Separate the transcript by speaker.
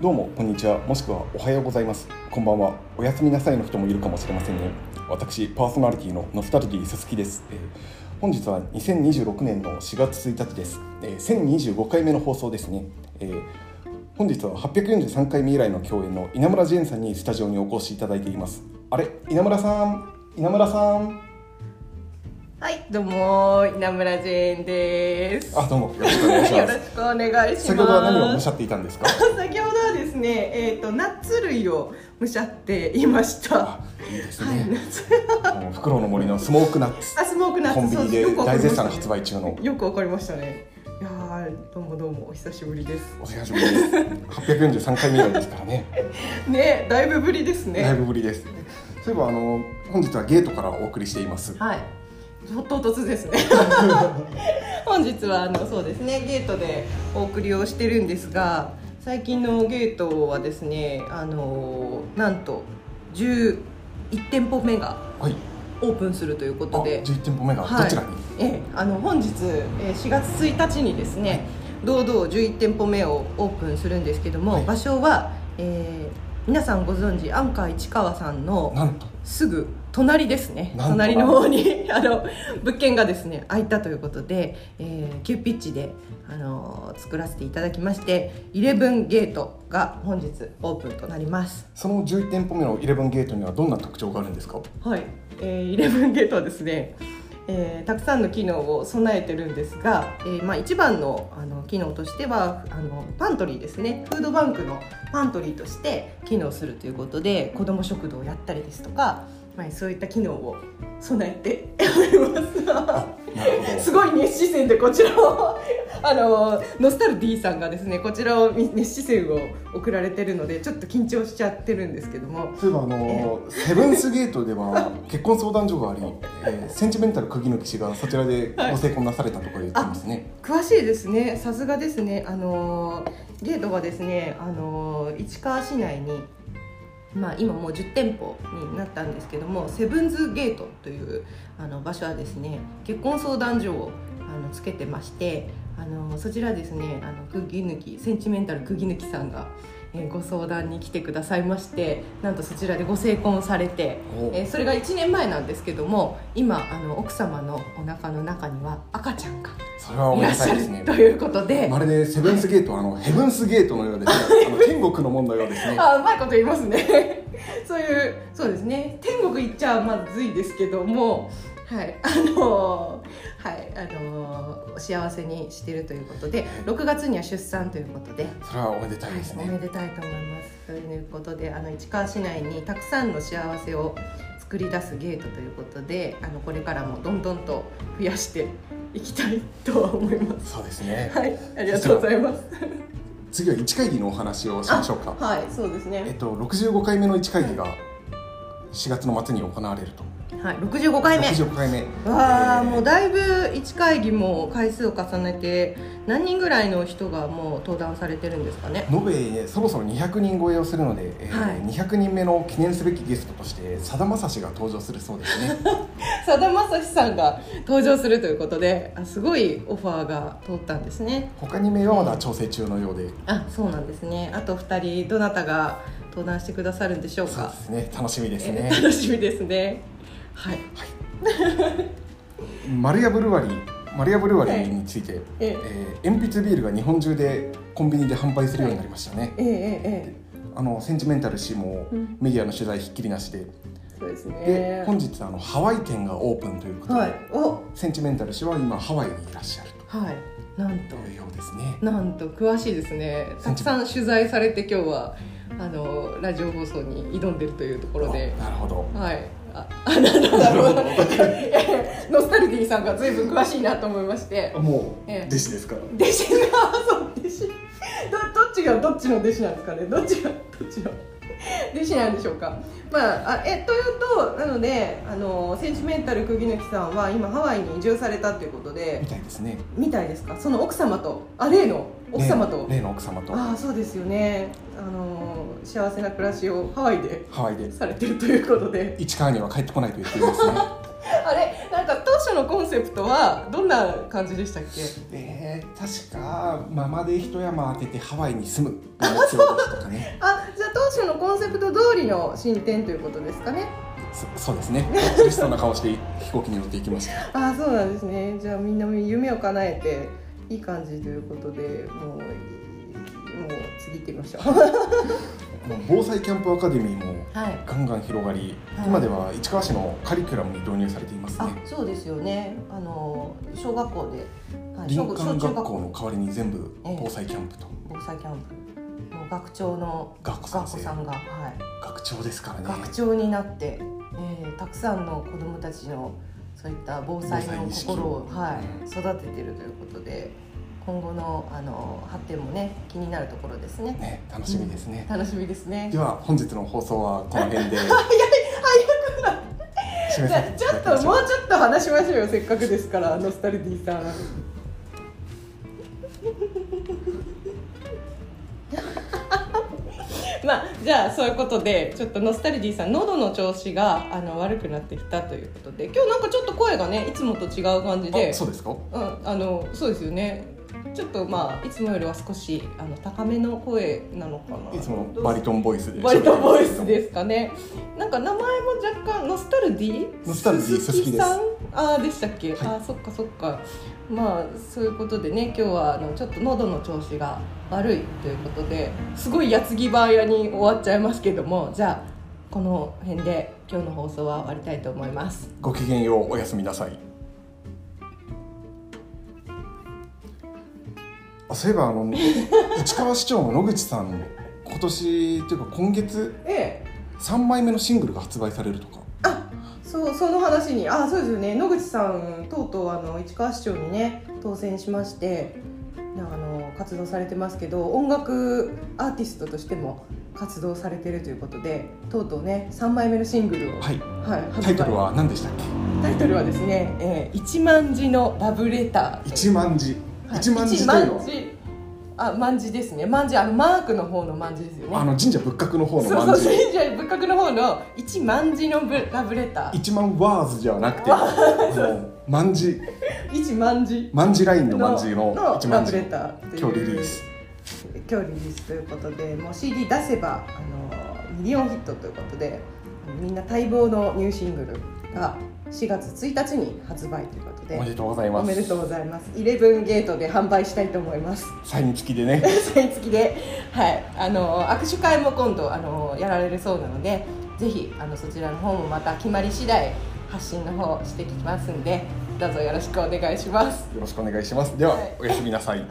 Speaker 1: どうもこんにちはもしくはおはようございますこんばんはおやすみなさいの人もいるかもしれませんね私パーソナリティのノスタルジー鈴木です、えー本日は2026年の4月1日です、えー1025回目の放送ですね、えー本日は843回目以来の共演の稲村ジェーンさんにスタジオにお越しいただいていますあれ稲村さん稲村さん
Speaker 2: はい、どうも稲村ジェーンです。
Speaker 1: あどうもよろしくお願いし
Speaker 2: よ
Speaker 1: ま
Speaker 2: ろし
Speaker 1: す
Speaker 2: くお願いします。
Speaker 1: 先ほどは何をおっしゃっていたんですか
Speaker 2: 先ほどはですね、えっ、とナッツ類をむしゃっていました。
Speaker 1: あいいです
Speaker 2: はい、ナ
Speaker 1: ね、
Speaker 2: ッツ。
Speaker 1: もうフクロウの森のスモークナッツ
Speaker 2: あ、スモークナッツ。
Speaker 1: コンビニ
Speaker 2: そう
Speaker 1: で
Speaker 2: よくわか
Speaker 1: 大
Speaker 2: りま
Speaker 1: 絶
Speaker 2: した
Speaker 1: 賛発売中の
Speaker 2: よくわかりましたね。いやー、どうもどうもお久しぶりです。
Speaker 1: お久しぶりです。843回目以来ですからね。
Speaker 2: ね、だいぶぶりです
Speaker 1: だい
Speaker 2: ね。
Speaker 1: ぶぶりです。そういえばあの本日はゲートからお送りしています。
Speaker 2: はい。と唐突ですね本日はあのそうですねゲートでお送りをしてるんですが最近のゲートはですねあのなんと11店舗目が
Speaker 1: はい。
Speaker 2: オープンするということ
Speaker 1: あ、
Speaker 2: で
Speaker 1: 11店舗目が
Speaker 2: はい
Speaker 1: どちらに？
Speaker 2: ええあの本日えー4月1日にですね堂々11店舗目をオープンするんですけども、
Speaker 1: はい
Speaker 2: 場所は、えー皆さんご存知アンカー市川さんの
Speaker 1: なんと
Speaker 2: すぐ隣ですね
Speaker 1: なんと
Speaker 2: 隣の方に あの物件がですね空いたということで、えー急ピッチで、あのー作らせていただきまして11ゲートが本日オープンとなります
Speaker 1: その11店舗目の11ゲートにはどんな特徴があるんですか？
Speaker 2: はい、えー、11ゲートはですね、えーたくさんの機能を備えてるんですが、えーまあ、一番のあの機能としてはあのパントリーですねフードバンクのパントリーとして機能するということで子ども食堂をやったりですとか、まあ、そういった機能を備えて おります。
Speaker 1: なるほ
Speaker 2: すごい熱視線でこちらをあのノスタル D さんがですねこちらを見熱視線を送られてるのでちょっと緊張しちゃってるんですけども
Speaker 1: ど。そういえばあのセブンスゲートでは結婚相談所があり、えーセンチメンタル釘の騎士がそちらでご成婚なされたとか言ってますね。
Speaker 2: 詳しいですねさすがですねあのーゲートはですねあのー市川市内にまあ今もう10店舗になったんですけどもセブンズゲートというあの場所はですね結婚相談所をあのつけてましてあのーそちらですねあの釘抜きセンチメンタル釘抜きさんが、えーご相談に来てくださいましてなんとそちらでご成婚されて
Speaker 1: お
Speaker 2: えーそれが1年前なんですけども今あの奥様のお腹の中には赤ちゃんが
Speaker 1: それはお
Speaker 2: い
Speaker 1: め
Speaker 2: らっ
Speaker 1: で
Speaker 2: しゃ
Speaker 1: たい
Speaker 2: る
Speaker 1: ですね
Speaker 2: と。いうことで、
Speaker 1: まるでセブンスゲートはあのヘブンスゲートの ようですね。あの天国の問題がですね。
Speaker 2: あうまいこと言いますね そういうそうですね天国行っちゃまずいですけどもはいあのーはいあのー幸せにしてるということで6月には出産ということで。
Speaker 1: それはおめでたいです
Speaker 2: お
Speaker 1: ね。
Speaker 2: めでたいと思います。ということであの市川市内にたくさんの幸せを作り出すゲートということであのこれからもどんどんと増やしていきたいとは思います。
Speaker 1: そうですね。
Speaker 2: はい、ありがとうございます。
Speaker 1: 次は一会議のお話をしましょうか。
Speaker 2: あはい、そうですね
Speaker 1: えっ。と65回目の一会議が4月の末に行われると。
Speaker 2: はい、六十五回目。
Speaker 1: 65回目。
Speaker 2: わあ、
Speaker 1: えー
Speaker 2: もうだいぶ一会議も回数を重ねて何人ぐらいの人がもう登壇されてるんですかね。
Speaker 1: 延べそろそろ200人超えをするので、えー
Speaker 2: はい
Speaker 1: 200人目の記念すべきゲストとしてさだまさしが登場するそうですね。
Speaker 2: さだまさしさんが登場するということで、あすごいオファーが通ったんですね。
Speaker 1: 他に名はまだ調整中のようで、
Speaker 2: あ、そうなんですね。あと二人どなたが登壇してくださるんでしょう
Speaker 1: そう
Speaker 2: か
Speaker 1: で。すね。楽しみです
Speaker 2: え
Speaker 1: ね。
Speaker 2: 楽しみですね。はい。
Speaker 1: マルヤブルワリー、マルヤブルワリーについて、
Speaker 2: ええ
Speaker 1: えー鉛筆ビールが日本中でコンビニで販売するようになりましたね。
Speaker 2: えええ
Speaker 1: あのセンチメンタル氏も
Speaker 2: うん
Speaker 1: メディアの取材ひっきりなしで、
Speaker 2: え。そうです
Speaker 1: で
Speaker 2: ね。
Speaker 1: 本日あのハワイ店がオープンということで、
Speaker 2: はい。お、
Speaker 1: センチメンタル氏は今ハワイにいらっしゃる
Speaker 2: はい。なんと
Speaker 1: と。いうようですね。
Speaker 2: なんと詳しいですねたくさん取材されて今日はあのラジオ放送に挑んでるというところで
Speaker 1: あなるほど。
Speaker 2: はいあ あなるほどいやいやノスタルディさんが随分詳しいなと思いまして
Speaker 1: あ もう、
Speaker 2: ええ
Speaker 1: 弟子ですか。
Speaker 2: 弟子がそう弟子どどっちがどっちの弟子なんですかねどっちがどっちの弟子なんでしょうかまああえというとなのであのセンチメンタル釘抜きさんは今ハワイに移住されたということで
Speaker 1: みたいですね。
Speaker 2: みたいですかその奥様とあ例の奥様と、
Speaker 1: 例例の奥様と
Speaker 2: ああそうですよねあのー幸せな暮らしをハワイで
Speaker 1: ハワイで
Speaker 2: されてるということで
Speaker 1: 市川には帰ってこないと言っていますね。
Speaker 2: あれなんか所のコンセプトはどんな感じでしたっけ
Speaker 1: えー、確かママで一山当ててハワイに 住むの仕事とかね
Speaker 2: あじゃあ当初のコンセプト通りの進展ということですかね
Speaker 1: そそうですね苦しそうな顔して飛行機に乗っていきました
Speaker 2: あそうなんですねじゃあみんな夢を叶えていい感じということでもうもう次行ってみましょう
Speaker 1: あの防災キャンプアカデミーも
Speaker 2: はい
Speaker 1: ガンガン広がり、
Speaker 2: はい
Speaker 1: 今では市川市のカリキュラムに導入されています
Speaker 2: あ
Speaker 1: ね
Speaker 2: そうですよねあの小学校で、はい、
Speaker 1: 林
Speaker 2: 小小
Speaker 1: 間
Speaker 2: 中
Speaker 1: 学
Speaker 2: 学
Speaker 1: 校
Speaker 2: 校
Speaker 1: の代わりに全部
Speaker 2: ええ
Speaker 1: 防災キャンプと
Speaker 2: 防災キャンプの学長の
Speaker 1: 学校
Speaker 2: 学
Speaker 1: 先
Speaker 2: 子
Speaker 1: 生
Speaker 2: さんが、はい、
Speaker 1: 学長ですからね
Speaker 2: 学長になって、えーたくさんの子どもたちのそういった防災の
Speaker 1: 防災意識
Speaker 2: 心を、はい、育ててるということで今後のあの発展もね気になるところですね
Speaker 1: ね楽しみですね、
Speaker 2: 楽しみですね
Speaker 1: では本日の放送はこの辺 で早く
Speaker 2: じゃあちょっともうちょっと話しましょうよせっかくですからノスタルディーさん。 まあじゃあそういうことでちょっとノスタルディーさん喉の調子があの悪くなってきたということで今日なんかちょっと声がねいつもと違う感じで
Speaker 1: あそうですか
Speaker 2: うん、あのそうですよねちょっとまあいつもよりは少しあの高めの声なのかない
Speaker 1: いつものバリトンボイスで
Speaker 2: バリトンボイス
Speaker 1: す
Speaker 2: ですかね。なんか名前も若干ノスタルディ。
Speaker 1: ノスタルディ
Speaker 2: 鈴木さん
Speaker 1: 鈴。
Speaker 2: ああ、でしたっけ。
Speaker 1: はい
Speaker 2: ああ、そっか、そっか。まあ、そういうことでね、今日はあのちょっと喉の調子が悪いということで。すごい矢継ぎ早に終わっちゃいますけども、じゃあ。この辺で今日の放送は終わりたいと思います。
Speaker 1: ごきげんようおやすみなさいあそういえばあの市川市長の野口さん今年というか今月
Speaker 2: ええ。
Speaker 1: 3枚目のシングルが発売されるとか
Speaker 2: そうその話にあそうですよね野口さんとうとうあの市川市長にね当選しましてなんかあの活動されてますけど音楽アーティストとしても活動されてるということでとうとうね3枚目のシングルを、
Speaker 1: はい
Speaker 2: はい発売
Speaker 1: タイトルは何でしたっけ
Speaker 2: タイトルはですね「えー、一万字のラブレター」
Speaker 1: 一万字、
Speaker 2: はい
Speaker 1: 一万字というのは
Speaker 2: 一万字あ万字ですね万字あのマークの方の万字ですよね
Speaker 1: あの神社仏閣の方の
Speaker 2: そ
Speaker 1: 万
Speaker 2: うそう
Speaker 1: 字
Speaker 2: 神社仏閣の方の一万字のブラブレター
Speaker 1: 一万ワーズじゃなくてもう万字
Speaker 2: 一万字
Speaker 1: 万字ラインの万字の
Speaker 2: の
Speaker 1: 一
Speaker 2: ラ
Speaker 1: 万
Speaker 2: ブ
Speaker 1: 字
Speaker 2: レターっていう
Speaker 1: 今日リリース
Speaker 2: 今日リリースということでもう CD 出せばあのミリオンヒットということでみんな待望のニューシングルが4月1日に発売ということ
Speaker 1: おめで
Speaker 2: で
Speaker 1: とうござい
Speaker 2: お
Speaker 1: ま
Speaker 2: めですとうございますイレブンゲートで販売したいと思います
Speaker 1: サイン付きでね
Speaker 2: サイン付きで、はい、あの握手会も今度あのやられるそうなのでぜひあのそちらの方もまた決まり次第発信の方してきますんでどうぞよろしくお願いします
Speaker 1: よろしくお願いします。では、
Speaker 2: はい
Speaker 1: おやすみなさい。